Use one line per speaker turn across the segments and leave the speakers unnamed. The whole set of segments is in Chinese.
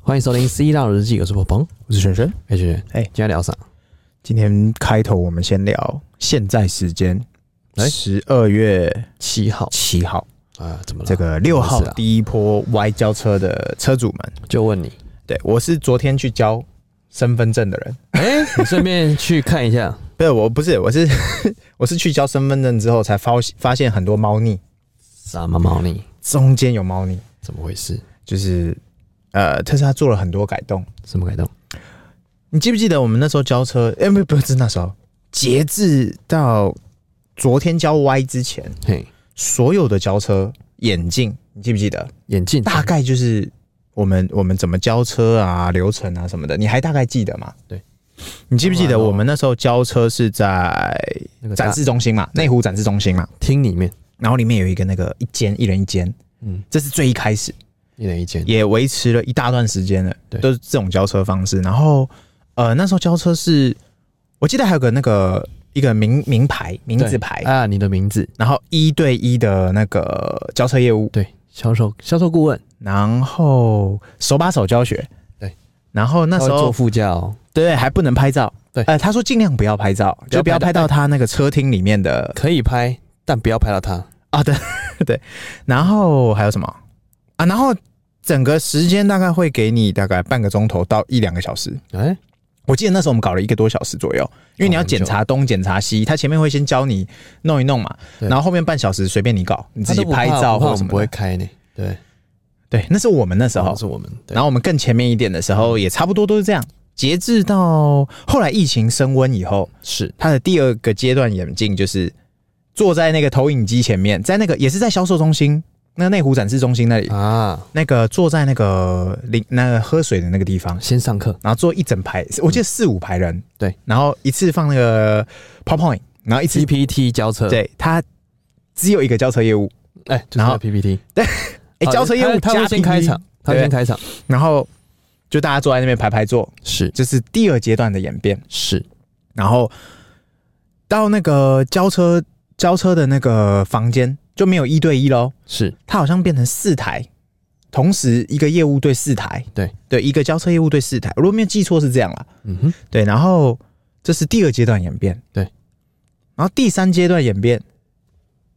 欢迎收听《C 大佬日记》，我是鹏鹏，
我是璇璇。
哎轩轩，
哎
今天聊啥？
今天开头我们先聊现在时间，
哎
十二月
七号
七号，
啊，怎么了？
这个六号
没事啊
第一波歪交车的车主们，
就问 你，
对我是昨天去交身份证的人，
哎，你顺便去看一下，
不是我不是我是 我是去交身份证之后才发发现很多猫腻，
什么猫腻？
中间有猫腻，
怎么回事？
就是呃特斯拉做了很多改动，
什么改动？
你记不记得我们那时候交车？哎、不不是那时候，截至到昨天交 Y 之前。
嘿，
所有的交车眼镜，你记不记得？
眼镜
大概就是我们我们怎么交车啊、流程啊什么的，你还大概记得吗？
对，
你记不记
当
得
然哦
我们那时候交车是在
那个大
展示中心嘛，内湖展示中心嘛，
厅里面，
然后里面有一个那个一间一人一间，
嗯，
这是最一开始，
一人一间，
也维持了一大段时间了，
对
都是这种交车方式。然后呃，那时候交车是我记得还有个那个一个名名牌名字
对
牌。
啊，你的名字，
然后一对一的那个交车业务，
对，销售销售顾问，
然后手把手教学，
对，
然后那时
他会坐
候
副驾哦，
对还不能拍照，
对
呃，他说尽量不要拍照，就
不
不
要
要
拍
拍到他那个车厅里面的
可以拍，但不要拍到他。
啊，对 对，然后还有什么啊？然后整个时间大概会给你大概半个钟头到一两个小时。
哎，
我记得那时候我们搞了一个多小时左右，因为你要检查东检查西，他前面会先教你弄一弄嘛，
对
然后后面半小时随便你搞，你自
他
己
都不怕
拍照
不怕
或
我
什
们
么
不会
的。
开呢。对，
对，那是我们那时候
那，是我们。对嗯
然后我们更前面一点的时候，也差不多都是这样。截至到后来疫情升温以后，
是
它的第二个阶段眼镜就是坐在那个投影机前面，在那个也是在销售中心，那内湖展示中心那里，
啊，
那个坐在那个领那个喝水的那个地方，
先上课，
然后坐一整排，我记得四五排人，
嗯对，
然后一次放那个 PowerPoint，然后一次
PPT 交车，，
对它只有一个交车业务，
哎，就是
然后
那 PPT，
哎、交车业务
他他
加
会先
PPT
开场，，他会先
对
开场，
然后就大家坐在那边排排坐，
是
这是第二阶段的演变。
是，
然后到那个交车交车的那个房间就没有一对一喽，
是
它好像变成四台，同时一个业务对四台，
对
对，一个交车业务对四台，如果没有记错是这样啦，
嗯哼，
对，然后这是第二阶段演变，
对，
然后第三阶段演变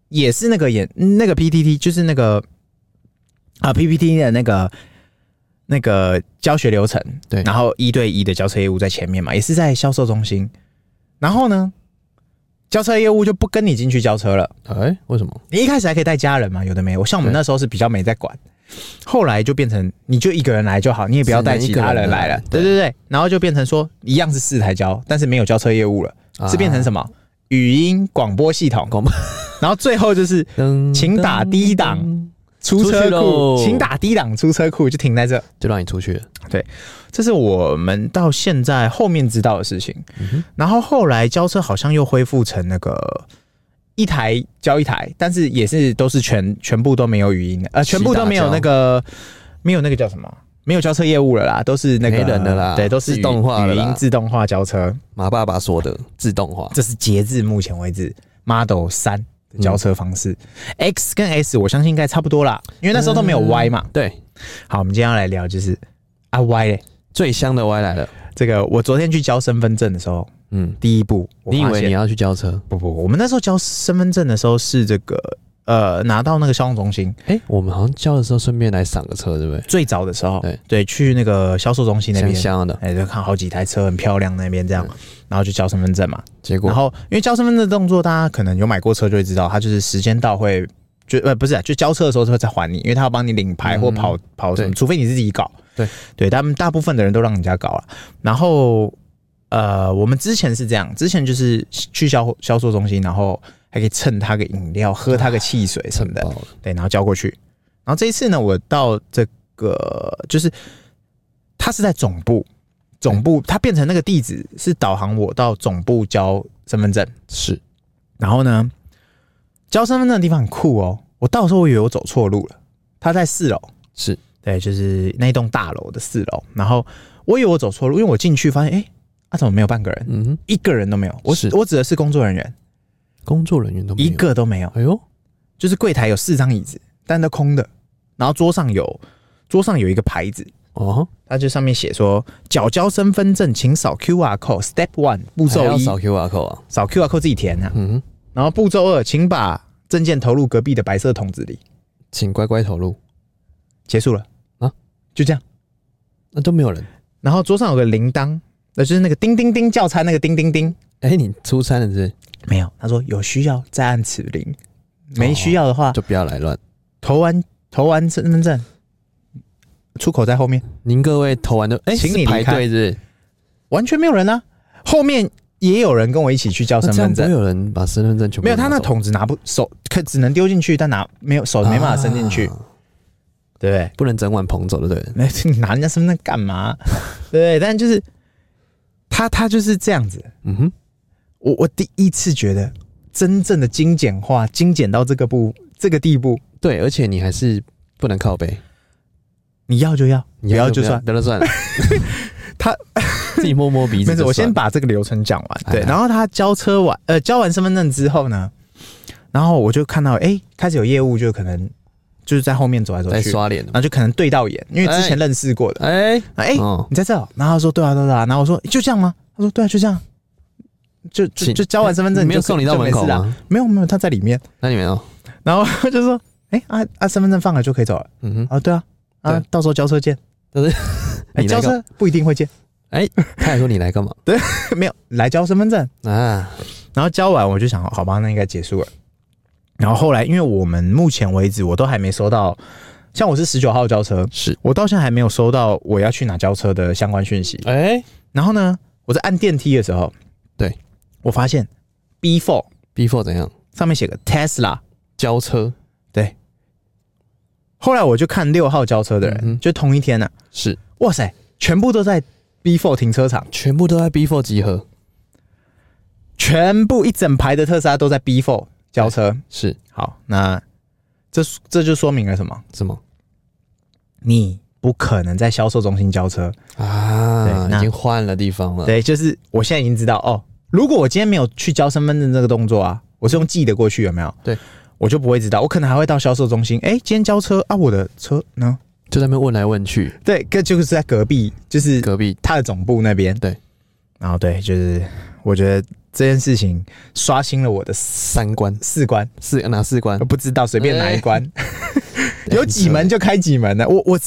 也是那个演那个 PTT，就是那个啊 PPT 的那个那个教学流程，
对
然后一对一的交车业务在前面嘛，也是在销售中心，然后呢，交车业务就不跟你进去交车了，
哎，为什么？
你一开始还可以带家人嘛，有的没，我像我们
对
那时候是比较没在管，后来就变成你就一个人来就好，你也不要带其他人来了，
只能一个人来
对对对，然后就变成说一样是四台交，但是没有交车业务了，是变成什么语音广播系统，
啊广播，
然后最后就是
噔
请打第一档，
噔
出
出去
车
喽
库，请打低档出车库就停在这，
就让你出去了。
这是我们到现在后面知道的事情，
嗯哼
然后后来交车好像又恢复成那个一台交一台，但是也是都是全全部都没有语音的，呃，全部都没有那个没有那个叫什么，没有交车业务了啦，都是那个
没人的啦
对，都是语
自动化了
语
啦
音自动化交车，
马爸爸说的自动化，
这是截至目前为止 Model 三的交车方式、x
嗯
跟 S 我相信应该差不多啦，因为那时候都没有 Y 嘛。
对，
好，我们今天要来聊就是啊 Y 嘞，
最香的歪来了。
这个我昨天去交身份证的时候，
嗯，
第一步我
你以
发
为
现
你要去交车？
不不，我们那时候交身份证的时候是这个呃拿到那个销售中心
哎，我们好像交的时候顺便来赏个车，对不对？
最早的时候，
对
去那个销售中心那
香
边，
香嗯的，
哎、就看好几台车很漂亮那边这样，然后就交身份证嘛。
结果
然后因为交身份证的动作，大家可能有买过车就会知道，它就是时间到会就呃不是啊、就交车的时候他会再还你，因为他要帮你领牌或
嗯
跑、跑什么，
对
除非你自己搞。
对
对，他们大部分的人都让人家搞了。然后呃，我们之前是这样，之前就是去销销售中心，然后还可以蹭他个饮料，喝他个汽水什
蹭
么的
爆。了，
对，然后交过去。然后这一次呢，我到这个就是他是在总部，总部他变成那个地址是导航我到总部交身份证，
是
然后呢交身份证的地方很酷哦，我到时候我以为我走错路了，他在四楼，
是，
对，就是那一栋大楼的四楼，然后我以为我走错路，因为我进去发现，哎、他、怎么没有半个人？
嗯哼，
一个人都没有，我
是
我指的是工作人员，
工作人员都没有
一，个都没有，
哎呦，
就是柜台有四张椅子，但都空的，然后桌上有桌上有一个牌子，
哦，
它就上面写说，缴交身份证请扫 QR code Step One 步
还
骤
要
一，
扫 QR code 啊，
扫 QR code 自己填啊。
嗯，
然后步骤二，请把证件投入隔壁的白色桶子里。
请乖乖投入，
结束了
啊，
就这样。
那都没有人。
然后桌上有个铃铛，那就是那个叮叮叮叫餐那个叮叮叮。
哎、你出餐了是不是
没有，他说有需要再按此铃，没需要的话、
就不要来乱。
投完投完身份证，出口在后面，
您各位投完都哎，
请
是
你离
排
开
队是
完全没有人啊。后面也有人跟我一起去叫
不是？
哦身
哦那这样
份
不会
证，
有人把身份证全部
没有，他那
拿走
桶子拿不手可只能丢进去，但拿没有手没办法伸进去，
啊
对不对？
不能整碗捧走，对不对了？
那你拿人家身份证干嘛？ 对，但就是他他就是这样子。
嗯哼，
我我第一次觉得真正的精简化，精简到这个步这个地步，
对，而且你还是不能靠背，
你要就要，
你
不要
就
就算。
不要就算了。
他
自己摸摸鼻子
没
就算
事，
了，
我先把这个流程讲完。对，
哎呀
然后他交车完，呃，交完身份证之后呢，然后我就看到，哎、开始有业务，就可能就是在后面走来走
再
去，
刷脸
然。后就可能对到眼，因为之前
哎
认识过的。
哎、
哎、
哦，
你在这、哦？然后他说对啊，对啊，对啊然后我说就这样吗？他说对啊，就这样。就就
请
就交完身份证，
没有
就
送你到门口
就没事啊？
吗？
没有没有，他在里面。
那你没有？
然后 我就说，哎、啊啊，身份证放了就可以走了。
嗯哼，
啊，对啊，啊
对，
到时候交车见。哎、
你来
交
干嘛？
车不一定会见，
他还说你来干嘛
没有来交身份证。
啊？
然后交完我就想，好吧，那应该结束了。然后后来，因为我们目前为止我都还没收到，像我是十九号交车，
是，
我到现在还没有收到我要去哪交车的相关讯息。
哎、
然后呢，我在按电梯的时候，
对
我发现 B four
before 怎样？
上面写个 Tesla，
交车
对。后来我就看六号交车的人，
嗯哼
就同一天呢、啊，
是
哇塞，全部都在 B four 停车场，
全部都在 before 集合，
全部一整排的特斯拉都在 B four 交车。
是
好，那这这就说明了什么？
什么
你不可能在销售中心交车。
啊？
对那
已经换了地方了，
对，就是我现在已经知道哦，如果我今天没有去交身份证这个动作啊，我是用寄的过去，有没有？
对，
我就不会知道，我可能还会到销售中心，哎、今天交车啊，我的车呢？
就在那边问来问去，
对，跟就是在隔壁，就是
隔壁
他的总部那边。
对，
然后对，就是我觉得这件事情刷新了我的四
三关
四关，
四哪四关？
不知道随便哪一关，
哎
有几门
很扯
就开几门的。我我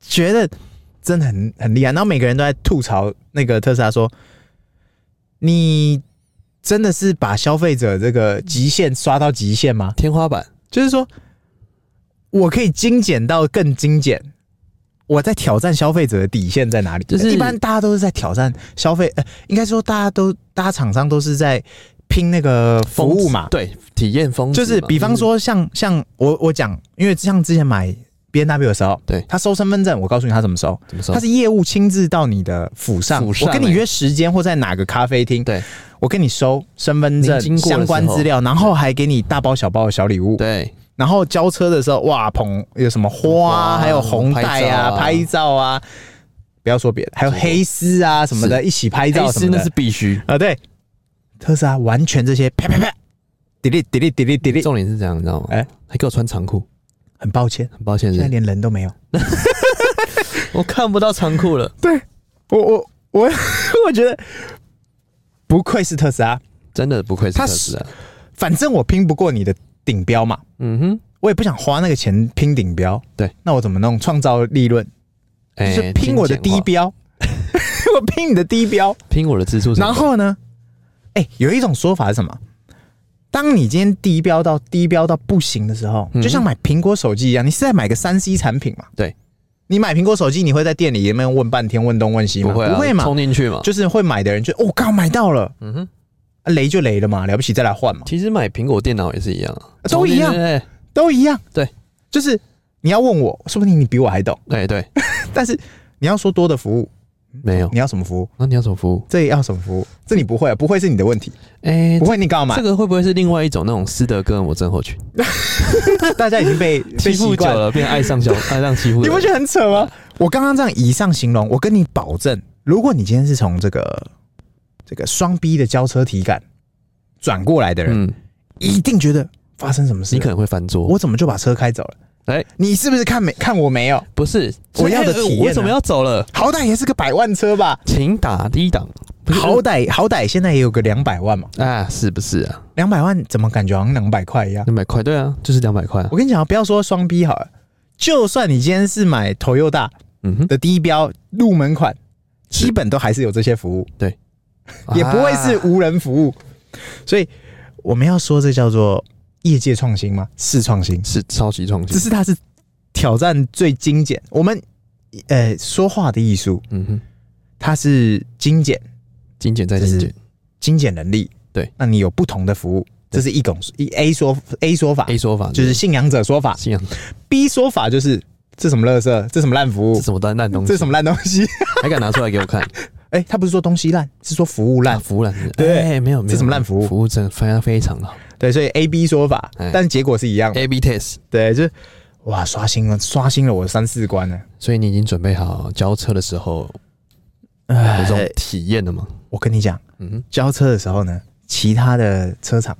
觉得真的很很厉害，然后每个人都在吐槽那个特斯拉说，你真的是把消费者这个极限刷到极限吗？
天花板，
就是说我可以精简到更精简。我在挑战消费者的底线在哪里？
就是
一般大家都是在挑战消费，呃，应该说大家都，大家厂商都是在拼那个服务嘛，
对，体验风值
就
嘛嗯
是比方，说像像我我讲，因为像之前买 B N W 的时候，
嗯对
他收身份证，我告诉你他怎么收，
怎么说
他？是业务亲自到你的府上，
府上
我跟你
欸
约时间或在哪个咖啡厅，
对
我跟你收身份
您经过
证
的
相关
时候
资料，然后还给你大包小包的小礼物，
对，
然后交车的时候，哇，捧有什么花啊，
花
还有红带啊，拍
拍
照啊，不要说别的，还有黑丝啊什么的，一起拍照
黑
什
丝
么
哎
的，
那是必须。
啊，对，特斯拉完全这些啪啪啪，delete delete delete delete，
重点是这样，你知道吗？
哎
还给我穿长裤，
很抱歉。
很抱歉
现在
是，
连人都没有。
我看不到长裤了，
我我我 我觉得不愧是特斯拉，
真的不愧是
他
特
是
斯拉。
反正我拼不过你的顶标嘛，
嗯哼，
我也不想花那个钱拼顶标。
对，
那我怎么弄创造利润？
哎
就是拼我的
精简
低
化
标，我拼你的低标。
拼我的支出成本，
然后呢，哎、有一种说法是什么？当你今天低标到低标到不行的时候，
嗯
就像买苹果手机一样，你是在买个三 C 产品嘛？
对，
你买苹果手机，你会在店里面问半天，问东问西吗？
不会啊
不会嘛？
冲进去嘛。
就是会买的人就哦，刚好买到了，
嗯哼，
啊雷就雷了嘛，了不起再来换嘛，
其实买苹果电脑也是一样啊，
都一
冲
样
进去
都一样。
对，
就是你要问我，说不定你比我还懂，
对哎对，对
但是你要说多的服务，
没有。
你要什么服务？
那你要什么服务？
这要什么服务？这你不会啊，不会是你的问题，
哎
不，会你刚好
这
买，
个会不会是另外一种那种斯德哥尔摩症候群？
大家已经被
欺
被
负久
习惯
了，变爱 上小爱上欺负的人，
你不觉得很扯吗？我刚刚这样以上形容，我跟你保证，如果你今天是从这个这个双 B 的交车体感转过来的人，
嗯，
一定觉得发生什么事
你
了，
可能会翻桌。
我怎么就把车开走了？
哎，
你是不是看没看我没有？
不是
我要的
哎
体验啊
我为什么要走了？
好歹也是个百万车吧，
请打低档。不是
好歹好歹现在也有个两百万嘛，
啊，是不是啊？
两百万怎么感觉好像两百块一样？
两百块，对啊，就是两百块啊。
我跟你讲，不要说双 B 好了，就算你今天是买 Toyota
嗯哼，
的低标入门款，
是
基本都还是有这些服务，也不会是
啊
无人服务。所以我们要说这叫做业界创新吗？是创新，
是超级创
只
新。
是它是挑战最精简。我们呃说话的艺术，
嗯哼，
它是精简，
精简再
这是
精简
精简能力。
对，
那你有不同的服务，这是一种一 A 说 A 说法，
，A 说法
就是信仰者说法
信仰，
；B 说法就是这什么垃圾，这什么烂服
这
务，
什么烂烂东西，
这什么烂东西。
还敢拿出来给我看？
哎、他不是说东西烂，是说服 务烂。
啊服务烂是不是，
对
哎，没有没
这
有，
什么烂服务
服务真的非常非常好。
对，所以 A、B 说法，
哎
但结果是一样的。
A B test，
对，就是哇，刷新了，刷新了我的三四观呢。
所以你已经准备好交车的时候有这种
哎
体验了吗？
我跟你讲，
嗯哼，
交车的时候呢，其他的车厂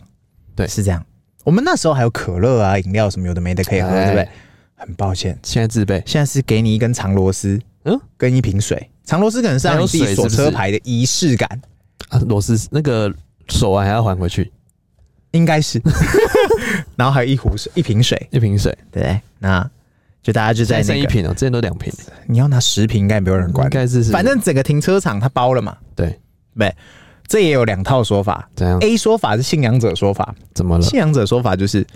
对
是这样。我们那时候还有可乐啊、饮料什么有的没的可以喝，
哎
对不对？很抱歉，
现在自备
现在是给你一根长螺丝，
嗯
嗯，跟一瓶水。长螺丝可能是让你自己锁车牌的仪式感，
啊，螺丝那个手腕还要还回去
应 该是。然后还有一壶水，一瓶水，
一瓶水，
对。那就大家就在
再剩
那
一
个，
瓶哦，之前都两瓶，
你要拿十瓶，应该也没有人管
应。该是是
反正整个停车场它包了嘛，
对
对，这也有两套说法。
怎样
A 说法是信仰者说法，
怎么了？
信仰者说法就是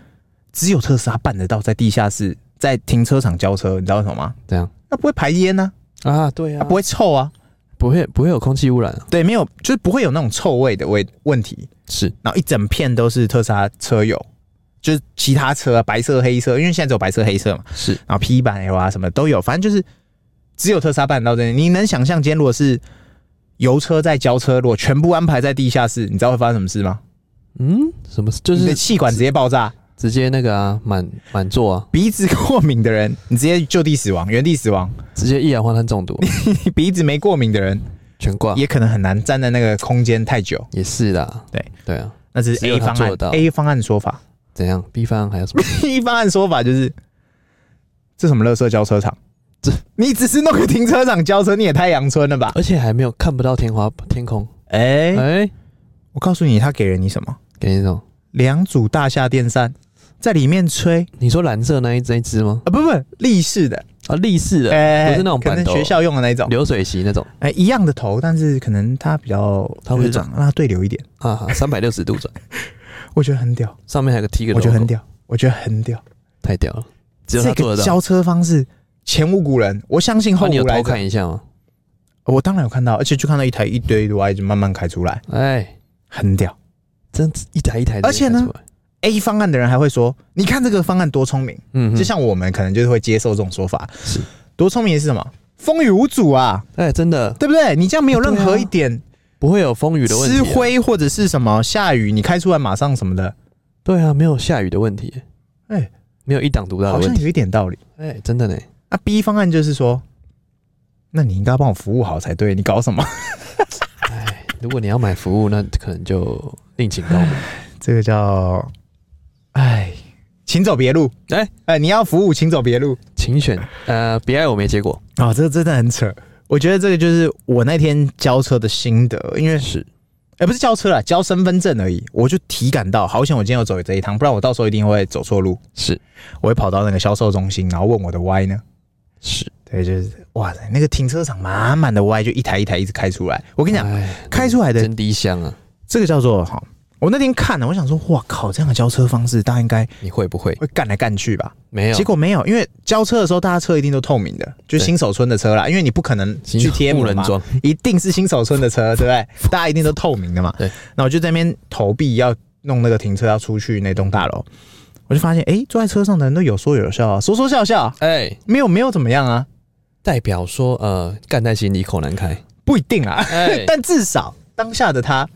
只有特斯拉办得到在地下室、在停车场交车，你知道为什么吗？
怎样
那不会排烟呢、
啊？对
啊，
啊，
它不会臭啊，
不会不会有空气污染啊？
对，没有，就是不会有那种臭味的味问题。
是
然后一整片都是特斯拉车友，就是其他车、啊、白色、黑色，因为现在只有白色、黑色嘛，
是，
然后 P 版 L 啊什么都有，反正就是只有特斯拉办得到这件事。你能想象今天如果是油车在交车，如果全部安排在地下室，你知道会发生什么事吗？
嗯，什么就
你
是
的气管直接爆炸，
直接那个啊，满满座啊，
鼻子过敏的人，你直接就地死亡，原地死亡；
直接一氧化碳中毒，
你鼻子没过敏的人，
全挂
也可能很难站在那个空间太久。
也是啦。
对
对啊，
那只是
只有
A
他
方
做得到
案，A 方案说法
怎样？B 方案还有 什么？
，B 方案说法就是这什么垃圾交车场？
这
你只是弄个停车场交车，你也太阳春了吧？
而且还没有看不到天花天空，
哎、
哎，
我告诉你，他给了你什么？
给你一种，
两组大厦电扇在里面吹
你说蓝色那一那一只吗？
啊，不不，立式的，
啊，立式的，
哎、
不是那种
可
板
能
头
学校用的那种，
流水席那种
哎、一样的头，但是可能它比较
它会
就是让它对流一点，
啊，三百六十度转，
我觉得很屌。
上面还有个 T 个 logo，
我觉得很屌，我觉得很屌，
太屌了，只有
这
他做
个
得到。
交车方式前无古人，我相信后
那你有
无来
偷
者。
看一下吗？
我当然有看到，而且就看到一台一堆的 Y 就慢慢开出来，
哎，
很屌。
真一台一台的，
而且呢，A 方案的人还会说：“你看这个方案多聪明。
嗯哼，
就像我们可能就是会接受这种说法，
是
多聪明是什么？风雨无阻啊，
哎，真的
对不对？你这样没有任
对
何
啊
一点
不会有风雨的问题
吃
啊，
灰或者是什么下雨，你开出来马上什么的，
对啊，没有下雨的问题，
哎，
没有一挡独大的
好
问
像
题，
有一点道理。
哎，真的呢，
那 B 方案就是说，那你应该帮我服务好才对，你搞什么？
哎，如果你要买服务，那可能就另请 高明。
这个叫，哎，请走别路。
哎，
哎，你要服务，请走别路。
请选，呃，别爱我没结果，
哦，这个真的很扯。我觉得这个就是我那天交车的心得，因为
是
哎、不是交车啦，交身份证而已。我就体感到，好险我今天有走这一趟，不然我到时候一定会走错路，
是
我会跑到那个销售中心，然后问我的 Y 呢。
是，
对，就是哇塞，那个停车场满满的 Y 就一台一台一直开出来。我
我
跟你讲，
讲
开出来的
哎真低香啊，
这个叫做哈，我那天看了，我想说，哇靠，这样的交车方式，大家应该
你会不会？
会干来干去吧？
没有，
结果没有，因为交车的时候，大家车一定都透明的，就
对
新手村的车啦，因为你不可能
新
去贴
木
膜
人
嘛，
装，
一定是新手村 的车，对不对？大家一定都透明的嘛。
对。
那我就在那边投币要弄那个停车，要出去那栋大楼，我就发现，哎、坐在车上的人都有说有笑啊，说说笑笑啊，
哎，
没有没有怎么样啊，
代表说，呃，干在心里口难开。
不一定啊，
哎
但至少当下的他，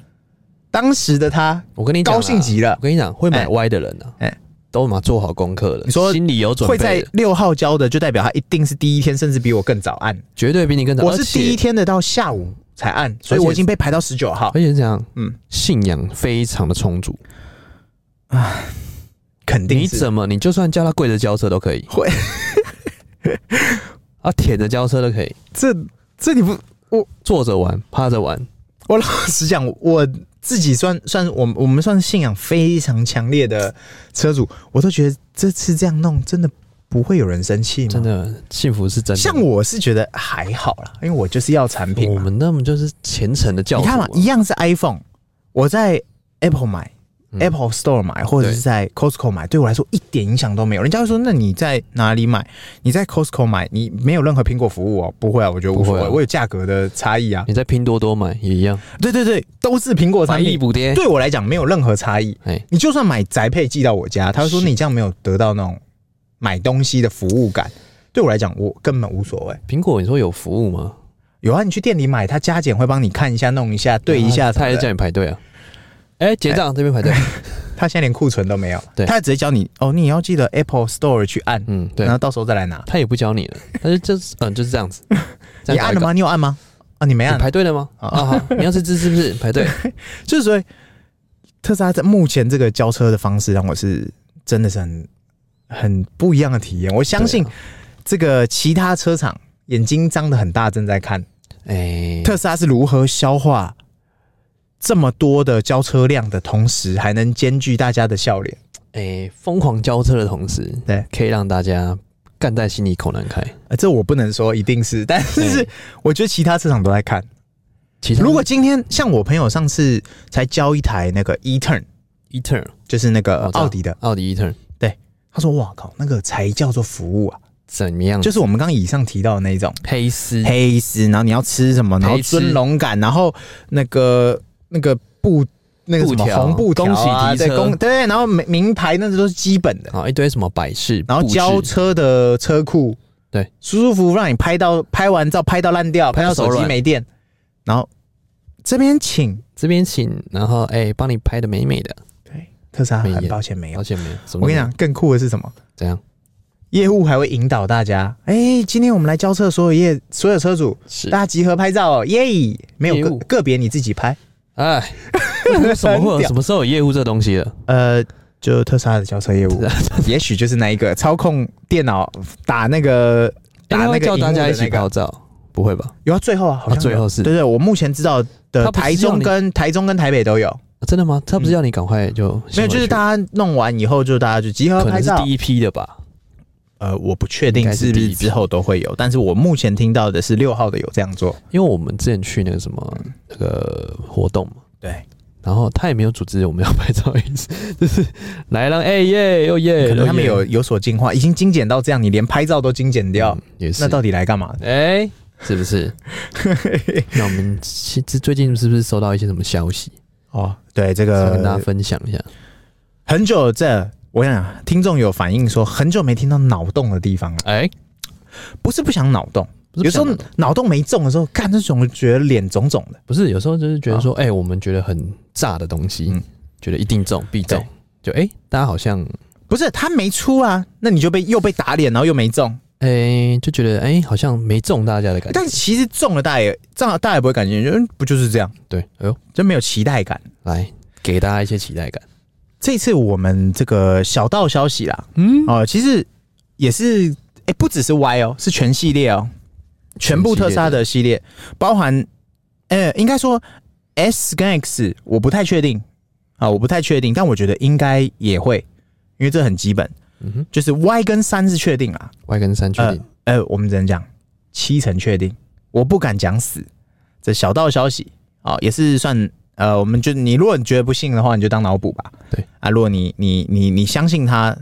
当时的他，
我跟你讲啊
高兴极了
我跟你讲，会买
哎
歪的人呢、啊，
哎
都嘛做好功课了，
你说
心里有准
会
备
在
的，
六号交的，就代表他一定是第一天，甚至比我更早按。
绝对比你更早。
我是第一
而且，
天的到下午才按，所
而
以
且
我已经被排到十九号
而。且是这样，
嗯，
信仰非常的充足，
肯定
你
是
怎么你就算叫他跪着交车都可以，
会
啊舔着交车都可以，
这这你不
坐着玩，趴着玩，
我老实讲，我自己算算我们我们算是信仰非常强烈的车主，我都觉得这次这样弄真的不会有人生气吗？
真，的幸福是真的。
像我是觉得还好啦，因为我就是要产品
我
嘛。
们那么就是虔诚的教
你
徒啊，
看嘛，一样是 iPhone，我在 Apple 买。
嗯
Apple Store 买，或者是
对
在 Costco 买，对我来说一点影响都没有。人家会说：“那你在哪里买？你在 Costco 买，你没有任何苹果服务哦？”不会啊，我觉得无所谓，
不会啊
我有价格的差异啊。
你在拼多多买也一样，
对对对，都是苹果产
买
品
一，补跌，
对我来讲没有任何差异。
哎，
你就算买宅配寄到我家，他会说你这样没有得到那种买东西的服务感。对我来讲，我根本无所谓。
苹果你说有服务吗？
有啊，你去店里买，他加减会帮你看一下、弄一下、对一下
哎
什
他
么
还
的。
是叫你排队啊。哎，结账这边 排队，
他现在连库存都没有，
对
他直接教你哦，你要记得 Apple Store 去按，
嗯，对
然，后到时候再来拿。
他也不教 你了，他就就是嗯就是这样子。这
你
样搞一
按了
搞？
吗？你有按吗？啊，你没
你
按，哦
排队了吗？啊，好， 你要吃芝是不是？排队，
就是所以特斯拉在目前这个交车的方式，让我是真的是很很不一样的体验。我相信
对啊
这个其他车厂眼睛张得很大，正在看
哎，
特斯拉是如何消化这么多的交车辆的同时，还能兼具大家的笑脸。
诶，哎疯狂交车的同时，
对，
可以让大家干在心里口难开。
呃，这我不能说一定是，但是
对嗯
我觉得其他车厂都在看。
其他
如果今天像我朋友上次才交一台那个 e turn，
e turn
就是那个
我
呃
知道
奥迪的，
奥迪 e turn
他说：“哇靠，那个才叫做服务啊，
怎么样？
就是我们刚刚以上提到的那一种
黑丝
黑丝，然后你要吃什么，然
嗯
后
黑丝
尊龙感，然后那个那个布。”那个什么
布条
红布条啊
恭喜提
对
车
公对，然后名名牌那都是基本的，
啊，一堆什么摆饰，
然后
布置
交车的车库，
对，
舒舒服服让你拍到拍完照拍到烂掉，拍
拍到
到手
手
机
软
没电，然后这边请
这边请，然后哎，帮你拍的美美的，
对特斯拉
没
很
有
抱歉没有
而。且没有什么都没有。
哎我跟你讲，更酷的是什么？
怎样？
业务还会引导大家，哎、今天我们来交车，所有业所有车主
是
大家集合拍照哦，耶、没有
业
个
务
个别你自己拍，
哎，为什么会有
很屌
什么时候有业务这东西的？
呃，就特斯拉的交车业 务，也许就是那一个操控电脑打那个打那
应该
个
会叫
荧幕
大
的
家一起
那个
拍照，不会吧？
有啊，最后啊，好像
啊最
有
后是
对对，我目前知道的
他不是
台中跟台中跟台北都有，
啊真的吗？他不是要你赶快就
嗯没
先
有
回去
就是大家弄完以后就大家就集合
可
拍
能是
照
第。一批的吧？
呃，我不确定
应该是
是不
第
是
一批
之后都会有，但是我目前听到的是六号的有这样做。
因为我们之前去那个什么
嗯
那个活动嘛，
对，
然后他也没有组织我们要拍照的意思， 就是来让哎耶又耶，
可能他们
又
有
耶
有所进化，已经精简到这样，你连拍照都精简掉，
嗯也是
那到底来 干嘛？
哎是不是？那我们其实最近是不是收到一些什么消息？
哦，对，这
想跟大家
个
分享一下。
很久这，我想想，听众有反映说很久没听到脑洞的地方了，
哎，
不是不想脑洞，
不是
有时候
不想的
脑洞没中的时候，干这种觉得脸肿肿的。
不是有时候就是觉得说，哎，我们觉得很炸的东西
啊嗯，
觉得一定中必中
对，
就哎大家好像
不是他没出啊，那你就被又被打脸，然后又没中。
哎就觉得哎好像没中大家的感觉
但，其实中了，大家也这样，大家也不会感觉，嗯，不就是这样，
对，哎呦
就没有期待感。
来给大家一些期待感。
这次我们这个小道消息啦，
嗯，
哦、其实也是，哎、不只是 Y 哦，是全系列哦，全部特斯拉的系列，包含，呃，应该说 S 跟 X，我不太确定啊、我不太确定，但我觉得应该也会，因为这很基本，
嗯哼
就是 Y 跟三是确定啦，
，Y 跟三确定。
呃，我们只能讲七成确定，我不敢讲死。这小道消息啊、也是算呃，我们就你如果你觉得不信的话，你就当脑补吧。
对
啊，如果你你你你相信他，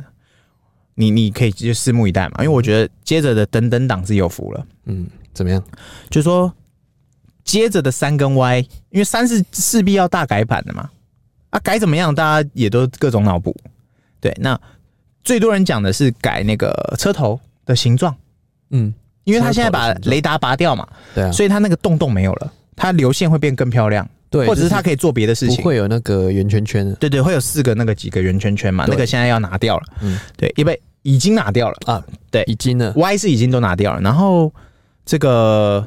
你你可以就拭目以待嘛，因为我觉得接着的等等档是有福了，
嗯，怎么样？
就说接着的三跟 Y，因为三是势必要大改版的嘛，啊，改怎么样，大家也都各种脑补。对，那最多人讲的是改那个车头的形状。
嗯，
因为他现在
车头
把
的形状
雷达拔掉嘛，
对啊，
所以他那个洞洞没有了，嗯它流线会变更漂亮，
对，
或者是他
就
可以做别的事
不
情。
会有那个圆圈圈的
对对，会有四个那个几个圆圈圈嘛，
对
那个现在要拿掉了。
嗯
对，因为已经拿掉了
啊，
对
已经呢，
，Y 是已经都拿掉了，然后这个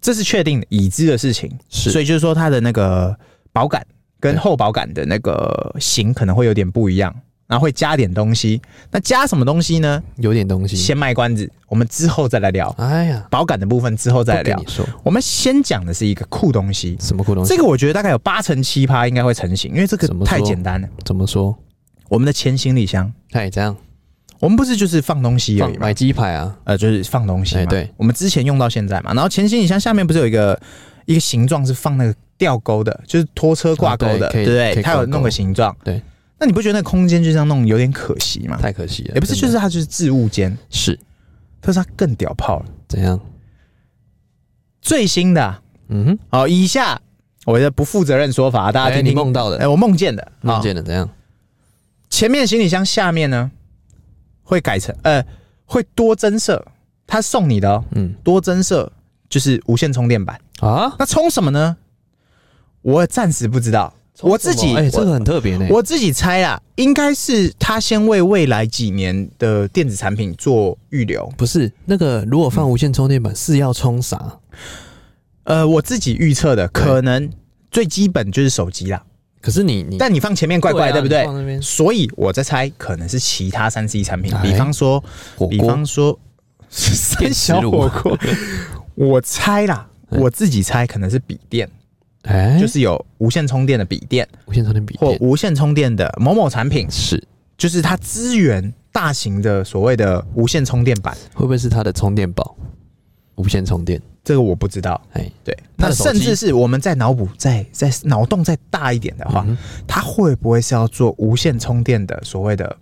这是确定的已知的事情，
是
所以就是说它的那个保杆跟
对
后保杆的那个型可能会有点不一样，然后会加点东西。那加什么东西呢？
有点东西。
先卖关子，我们之后再来聊
哎呀，
保感的部分，之后再来
不跟
聊
你。说
我们先讲的是一个酷东西，
什么酷东西？
这个我觉得大概有八成七趴应该会成型，因为这个
怎么说
太简单了。
怎么说？
我们的前行李箱，
哎，这样
我们不是就是放东西而
放
已吗
买？鸡排啊，
呃，就是放东西嘛。
哎对，
我们之前用到现在嘛。然后前行李箱下面不是有一个一个形状是放那个吊钩的，就是拖车挂钩的，
啊对可
对
以
不对？
可以
它
挂钩
有弄个形状。
对，
那你不觉得那个空间就这样弄有点可惜吗？
太可惜了。
哎也不是，就
真
是
的
它就是置物间，
是
但是它更屌炮了。
怎样？
最新的啊
嗯哼，
哦，以下我的不负责任说法，大家
哎
听
你
听。
梦到
哎、
的，
我啊梦见的，
梦
好
见了怎样？
前面行李箱下面呢，会改成呃，会多增设，它送你的哦，
嗯
多增设就是无线充电板。
啊，
那充什么呢？我暂时不知道，我自己
哎，
我
这个很特别呢。
我自己猜啦，应该是他先为未来几年的电子产品做预留。
不是那个，如果放无线充电板是要充啥？
呃，我自己预测的，可能最基本就是手机啦，
可是你你
但你放前面怪
嗯
怪，对
啊
不
你
对？
放那边
所以我在猜，可能是其他三 C 产品，
哎
比方说，
火
比
锅
方说三小
炉
火 锅，我猜啦，我自己猜可能是笔电，
哎，
就是有无线充电的笔电
无线充电笔
或
电
无线充电的某某产品，
是
就是它支援大型的所谓的无线充电板，
会不会是它的充电宝？无线充电，
这个我不知道。
哎，
对，
它
那
的手机
甚至是我们在脑补、再再脑洞再大一点的
嗯
话，它会不会是要做无线充电的所谓的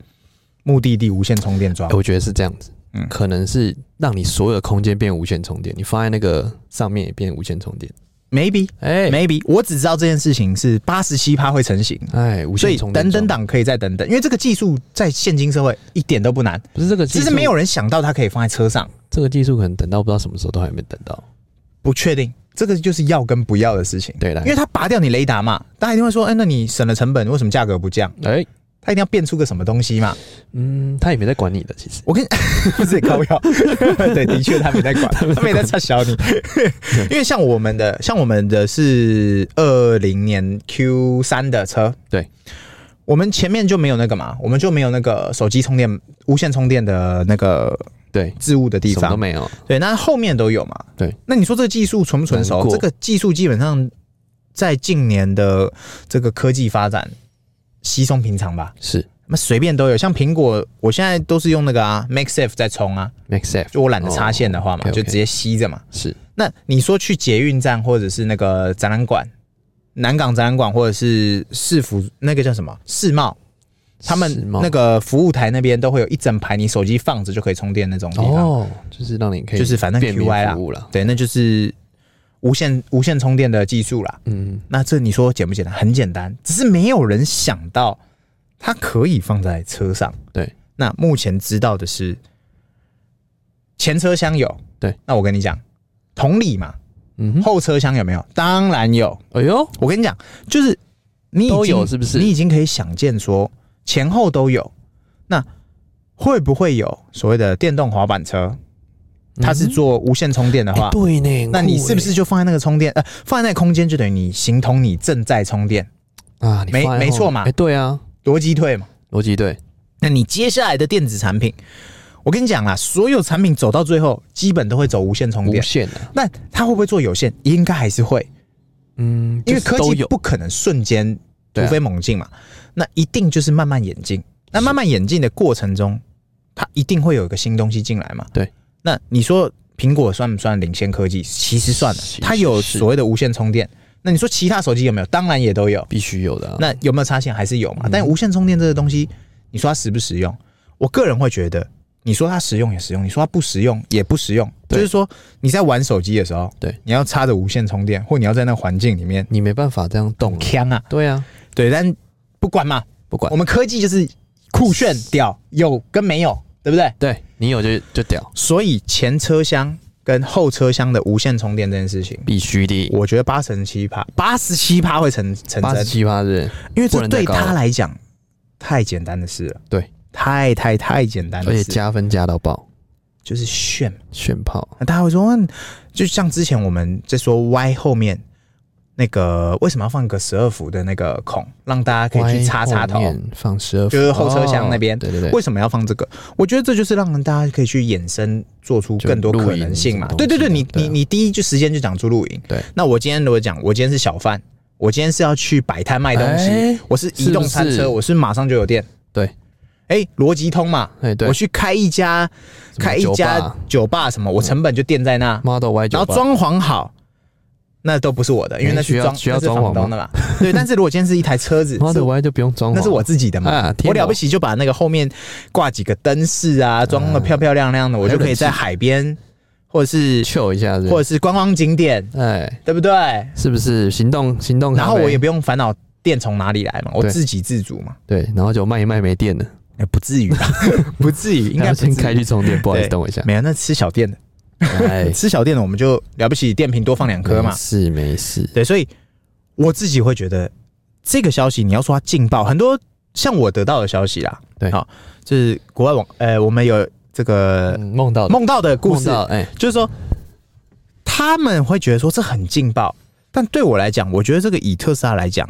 目的地无线充电桩
哎？我觉得是这样子，
嗯
可能是让你所有的空间变无线充电，你放在那个上面也变无线充电，
maybe
哎，
maybe，我只知道这件事情是八十七趴会成型，
哎，无
所以
线充电
等等
桩
党可以再等等，因为这个技术在现今社会一点都不难，
不是这个技
只
术，
是没有人想到它可以放在车上，
这个技术，可能等到不知道什么时候都还没等到。
不确定。这个就是要跟不要的事情，
对啦
因为它拔掉你雷达嘛，大家一定会说，哎、那你省了成本，为什么价格不降？
哎，
它一定要变出个什么东西嘛。
嗯，他也没在管你的，其实
我跟你 不是高腰， 对，的确他没在 管，他没在插小你，因为像我们的，像我们的是二零年 Q 三的车，
对，
我们前面就没有那个嘛，我们就没有那个手机充电、无线充电的那个
对，
置物的地
什么都
方，
没有。
对，那后面都有嘛，
对，
那你说这个技术纯不纯熟
难？过
这个技术基本上在近年的这个科技发展稀松平常吧。
是
那随便都有，像苹果，我现在都是用那个啊，MagSafe 在充啊，
m a x s a f
就我懒得插线的话嘛，
哦，OK，OK
就直接吸着嘛。
是
那你说去捷运站或者是那个展览馆、南港展览馆或者是市府那个叫什么世贸，他
世
们
贸
那个服务台那边都会有一整排你手机放着就可以充电那种地方，
哦，就是让你可以
就是反正
便民
QY 啦
服务啦。
对，那就是无线无线充电的技术啦。
嗯，
那这你说简不简单？很简单，只是没有人想到它可以放在车上。
对，
那目前知道的是前车厢有。
对，
那我跟你讲，同理嘛，
嗯哼，
后车厢有没有？当然有。
哎呦，
我跟你讲，就是你已经
都有是不是
你已经可以想见说前后都有，那会不会有所谓的电动滑板车？它是做无线充电的话，
哎嗯对呢，很
那你
酷欸
是不是就放在那个充电呃，放在那个空间，就等于你形同你正在充电，
哎啊？你
没
放在后
没错嘛
哎，对啊，
逻辑对嘛？
逻辑对，
那你接下来的电子产品，我跟你讲啦，所有产品走到最后，基本都会走无啊线充
无
电。
限啊的，
那它会不会做有线？应该还是会，
嗯，
因
就
为
是
科
都
技
有
不可能瞬间
对
突
啊
飞猛进嘛。那一定就是慢慢演进。那慢慢演进的过程中，它一定会有一个新东西进来嘛。
对。
那你说苹果算不算领先科技？其实算了
其，实
它有
是
所谓的无线充电。那你说其他手机有没有？当然也都有。
必须有的啊。
那有没有插线还是有
嗯
嘛？但无线充电这个东西，你说它实不实用？我个人会觉得，你说它实用也实用，你说它不实用也不实用。
对
就是说你在玩手机的时候，
对，
你要插着无线充电，或你要在那个环境里面
你没办法这样动啊。
呛啊，
对啊，
对，但不管嘛，
不管
我，们科技就是酷炫屌，有跟没有，对不对？
对你有就就屌，
所以前车厢跟后车厢的无线充电这件事情，
必须的。
我觉得八成七趴，八十七趴会成成
八十
真，
七趴是
因为
不
这
能再
对
高了
他来讲太简单的事了。
对，
太太太简单
而
了，
且加分加到爆，
就是炫。
炫炮
那大家会说，嗯就像之前我们在说 Y 后面那个为什么要放个十二伏的那个孔，让大家可以去插插头
歪？后面放十二，
就是后车厢那边
哦对对对，
为什么要放这个？我觉得这就是让大家可以去衍生做出更多可能性嘛。
就录
对
影
对
什么东
对，
西
你
的对啊
你你第一就时间就讲出露营。
对，
那我今天如果讲，我今天是小贩，我今天是要去摆摊卖东西，
哎
我是移动餐车，
是不是
我是马上就有店。
对，
哎、逻辑通嘛，
哎对
我去开一家
什么啊嗯
开一家酒吧什么，我成本就垫在那，
Model Y
然
九
后装潢好。那都不是我的，因为那是
需要
装
需要
那是
装
房
潢
东的嘛。对，但是如果今天是一台车子，是
Model Y 就不用装潢，
那是我自己的嘛，
哦啊天
我
哪
了不起就把那个后面挂几个灯饰啊，装的漂漂亮亮的，我就可以在海边，或者是
chill 一下是不是，
或者是观光景点，
哎，
对不对？
是不是行动行动咖啡？
然后我也不用烦恼电从哪里来嘛，我
对
自给自足 嘛，
对，然后就卖一卖没电了，
哎，不至于吧， 不至于，应
然
该
后
不
先
至
开
于。
去充电，不好意思，
对
等我一 下。
没有，那吃小店的，
哎，嗯
吃小店的我们就了不起，电瓶多放两颗嘛
没。事没事，
对，所以我自己会觉得这个消息，你要说它劲爆，很多像我得到的消息啦，
对
好，就是国外网，呃，我们有这个
嗯梦到的
梦到的故
梦
事，
到哎，
就是说他们会觉得说这很劲爆，但对我来讲，我觉得这个以特斯拉来讲，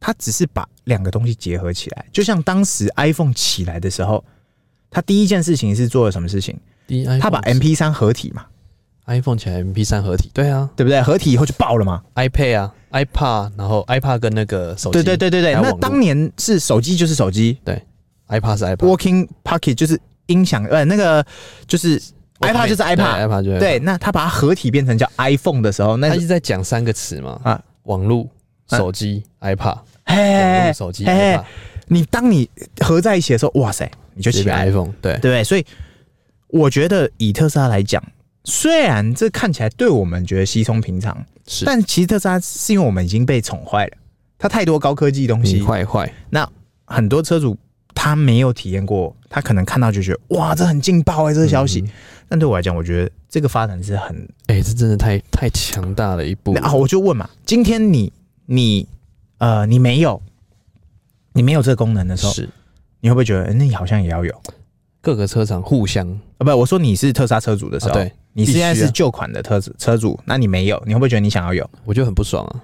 它只是把两个东西结合起来，就像当时 iPhone 起来的时候，它第一件事情是做了什么事情？
第一 iPhone
它把 MP 三合体嘛，
iPhone 起来 MP 三合体，对啊
对不对？合体以后就爆了嘛。
，iPad 啊，iPad，然后 iPad 跟那个手机，
对对对对对，
还有网
那
络
当年是手机就是手机
iPad 是 iPad，
，Walking Pocket 就是音响，呃，那个就是 iPad 就是 iPad。
iPad 就是 iPad
对，那它把它合体变成叫 iPhone 的时候，那
他一直在讲三个词嘛，
啊
啊，网络、
啊
手机、iPad，网
嘿
络、，手机、
哎
iPad，
你当你合在一起的时候，哇塞，你就
这
起
边
来了，
iPhone，对
对不对？所以我觉得以特斯拉来讲，虽然这看起来对我们觉得稀松平常，
是，
但其实特斯拉是因为我们已经被宠坏了，它太多高科技东
你
西，
坏坏，
那很多车主他没有体验过，他可能看到就觉得哇，这很劲爆哎、这个消
嗯
息。但对我来讲，我觉得这个发展是很
哎，这真的太太强大了一步
那啊，我就问嘛，今天你你呃你没有你没有这个功能的时候，
是
你会不会觉得、欸那你好像也要有？
各个车厂互相，
啊，不，我说你是特斯拉车主的时候，
啊对
你现在
必须啊
是旧款的车子车主，那你没有，你会不会觉得你想要有？
我就很不爽啊，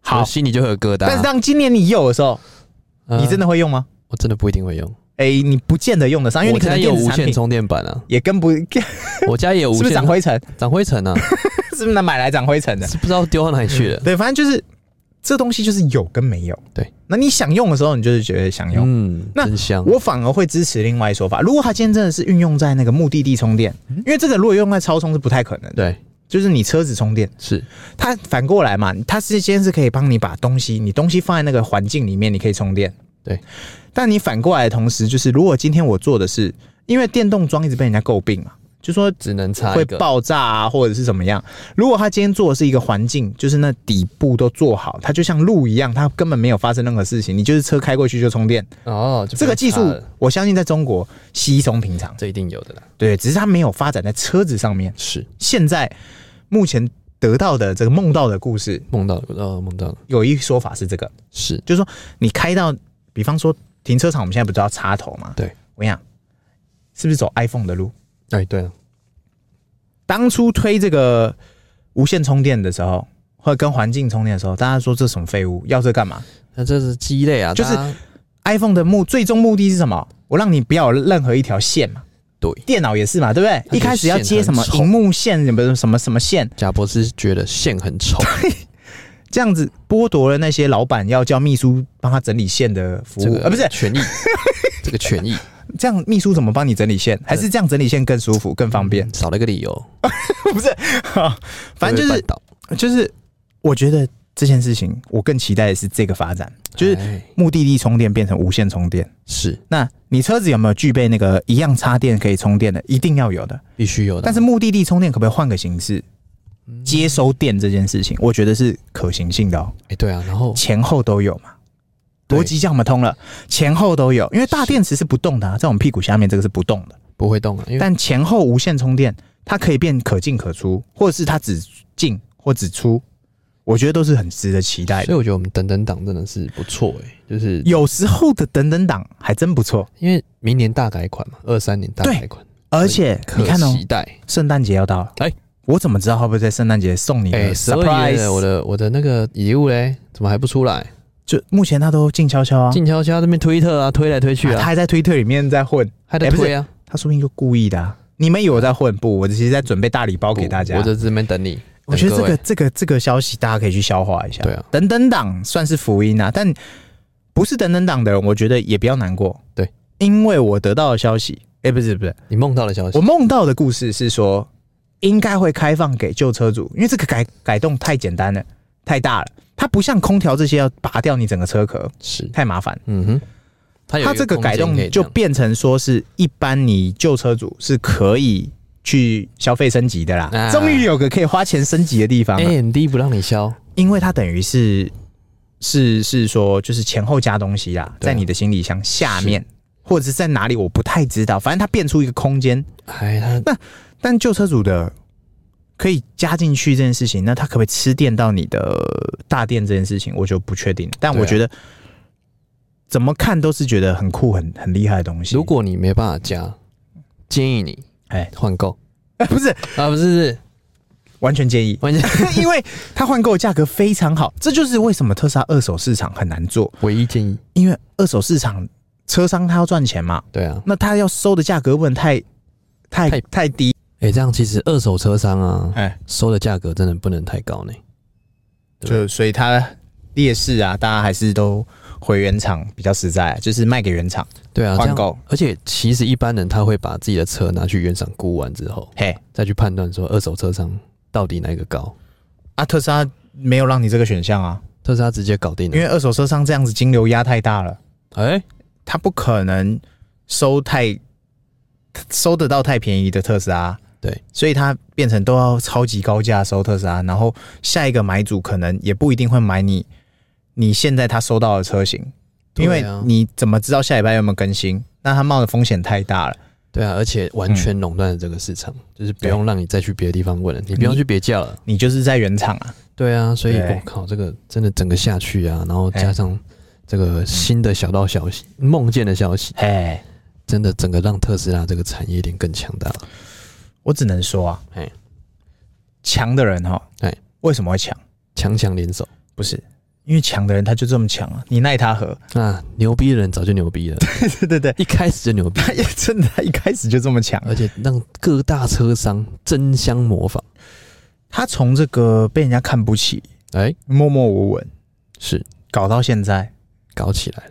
好
我，心里就会有疙瘩。
但是当今年你有的时候，
呃
你真的会用吗？
我真的不一定会用，
哎、你不见得用得上，因为
我
你可
家
能
也有
电子
无
产
线
品
充电板啊，
也跟不，是
我家也有无
不
线
是长灰尘？
长灰 尘啊，
是不是买来长灰尘的？
是不知道丢到哪里去了。
对，反正就是这东西就是有跟没有。
对，
那你想用的时候，你就是觉得想用。
嗯，
那
真香。
我反而会支持另外一说法，如果它今天真的是运用在那个目的地充电，因为这个如果用在超充是不太可能
嗯
的，
对
就是你车子充电，
是
它反过来嘛，它是先是可以帮你把东西，你东西放在那个环境里面，你可以充电。
对，
但你反过来的同时，就是如果今天我做的是，因为电动桩一直被人家诟病嘛，就说
只能插
会
一个，
爆炸啊，或者是怎么样。如果他今天做的是一个环境，就是那底部都做好，它就像路一样，它根本没有发生任何事情，你就是车开过去就充电。
哦，就不
这个技
用插
术
了，
我相信在中国稀松平常，
这一定有的啦，
对，只是它没有发展在车子上面。
是
现在目前得到的这个梦到的故事，
梦到了，哦，梦到了，
有一说法是这个，
是
就是说你开到，比方说停车场，我们现在不是要插头吗？
对，
我跟你讲，是不是走 iPhone 的路？
哎，对
啊
了，
当初推这个无线充电的时候，或者跟环境充电的时候，大家说这什么废物，要这干嘛
那这是鸡肋啊，
就是
大家
？iPhone 的目最终目的是什么？我让你不要有任何一条线嘛。
对
电脑也是嘛，对不
它
对？一开始
线
要接什么
很丑
荧幕线，什么什么什么线，
贾博士觉得线很 丑，
这样子剥夺了那些老板要叫秘书帮他整理线的服
这
务，
个
啊，不是
权益，这个权益
这样秘书怎么帮你整理线？还是这样整理线更舒服、更方便？
少了一个理由，
不是， 反正就
会被
是
绊倒
就是，我觉得这件事情，我更期待的是这个发展，就是
哎
目的地充电变成无线充电。
是
那你车子有没有具备那个一样插电可以充电的？一定要有的。
必须有的，嗯
但是目的地充电可不可以换个形式？接收电这件事情，我觉得是可行性的哦，
哎，对啊，然后
前后都有嘛。
对
逻辑这样我们通了，前后都有，因为大电池是不动的、啊，在我们屁股下面这个是不动的，
不会动啊，因为
但前后无线充电，它可以变可进可出，或者是它只进或只出，我觉得都是很值得期待
所
的。
以我觉得我们等等党真的是不错哎、就是
有时候的等等档还真不错，
因为明年大改款嘛，二三年大改款，
而且
可
你看哦，
期待。
圣诞节要到了，
哎
我怎么知道会不会在圣诞节送你
哎、
呢
十二月我
？surprise！
的我的那个礼物嘞，怎么还不出来？
就目前他都静悄悄啊，
静悄悄这边推特啊，推来推去
啊他
啊，
还在推特里面在混，
还在
哎不是
推啊，
他说不定就故意的、啊。你们以为我在混不？我其实在准备大礼包给大家。
我在这边等你。
我觉得
等
这
各
个
位
这个这个消息大家可以去消化一下。
对啊，
等等党算是福音啊，但不是等等党的人，我觉得也不要难过。
对，
因为我得到的消息，哎、不是不是，
你梦到的消息
我，梦到的故事是说，应该会开放给旧车主，因为这个改改动太简单了，太大了，它不像空调这些要拔掉你整个车壳，
是
太麻烦。
嗯哼，它有一
它这个
空
改
间可以
动
这
就
样
变成说是一般你旧车主是可以去消费升级的啦，
啊
终于有个可以花钱升级的地方了，啊
AMD 不让你消，
因为它等于是是是说就是前后加东西啦，
对啊
在你的行李箱下面或者是在哪里，我不太知道，反正它变出一个空间，
哎，它
但旧车主的可以加进去这件事情，那他可不可以吃电到你的大电这件事情，我就不确定。但
对啊
我觉得、怎么看都是觉得很酷、很很厉害的东西。
如果你没办法加，建议你
哎、
换购
不是
啊，不是是
完全
，
建议
完 全
因为它换购价格非常好，这就是为什么特斯拉二手市场很难做，
唯一建议，
因为二手市场车商他要赚钱嘛，
对啊，
那他要收的价格不能太太
太
太低。
哎，这样其实二手车商啊，
哎、
收的价格真的不能太高呢，对
就所以它劣势啊，大家还是都回原厂比较实在，啊就是卖给原厂
对啊，这
换
样。
购。
而且其实一般人他会把自己的车拿去原厂估完之后，
嘿，
再去判断说二手车商到底哪一个高。
啊，特斯拉没有让你这个选项啊，
特斯拉直接搞定
因
了，
为二手车商这样子金流压太大了，
哎，
他不可能收太收得到太便宜的特斯拉。
对，
所以它变成都要超级高价收特斯拉，然后下一个买主可能也不一定会买你你现在他收到的车型，因为
对啊
你怎么知道下礼拜有没有更新？那他冒的风险太大了。
对啊，而且完全垄断了这个市
嗯
场，就是不用让你再去别的地方问了，你不用去别价了。
你就是在原厂啊，
对啊，所以
对
我靠，这个真的整个下去啊，然后加
哎
上这个新的小道消息、梦见的消息，
哎，
真的整个让特斯拉这个产业链更强大了。
我只能说啊，
哎
强的人哈，
哎
为什么会强？
强强联手
不是因为强的人他就这么强啊，你奈 他何？
啊，牛逼的人早就牛逼了，
对对对，
一开始就牛 逼，
他也真的他一开始就这么强。啊
而且让各大车商争相模仿。
他从这个被人家看不起、
哎、
默默无闻，
是
搞到现在，
搞起来了。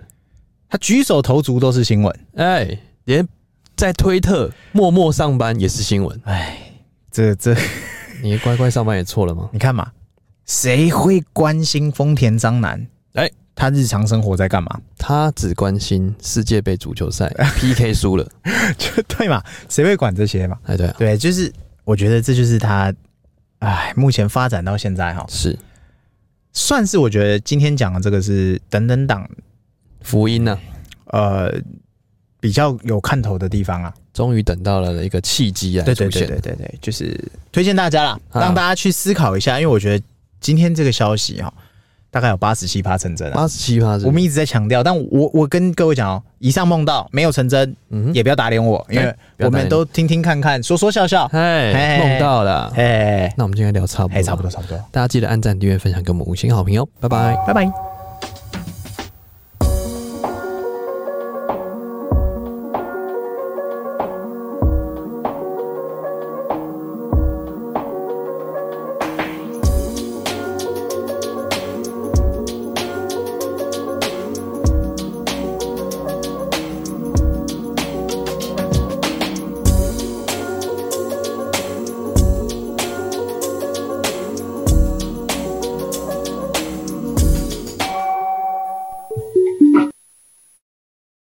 他举手投足都是新闻。
哎、连在推特默默上班也是新闻，
哎，这这，
你乖乖上班也错了吗？
你看嘛，谁会关心丰田章男？
哎，
他日常生活在干嘛？
他只关心世界杯足球 赛 PK 输了。
就对嘛，谁会管这些嘛？
哎，对啊，
对，就是我觉得这就是他，哎，目前发展到现在哈，
是
算是我觉得今天讲的这个是等等党
福音呢、啊
呃比较有看头的地方啊。
终于等到了一个契机来
对
出
对
现。
对对对对，就是推荐大家啦，
啊
让大家去思考一下，因为我觉得今天这个消息哈，大概有八十七趴成真啊。
八十七趴是
我们一直在强调，但我我跟各位讲哦，以上梦到没有成真，
嗯哼，
也不要打脸我，因为
对不要
我
打脸
们都听听看看，说说笑笑，
哎，
嘿
梦到了。
哎
那我们今天聊差不多，
哎，差不多。差不多，
大家记得按赞、订阅、分享给我们五星好评哦，拜拜。
拜拜。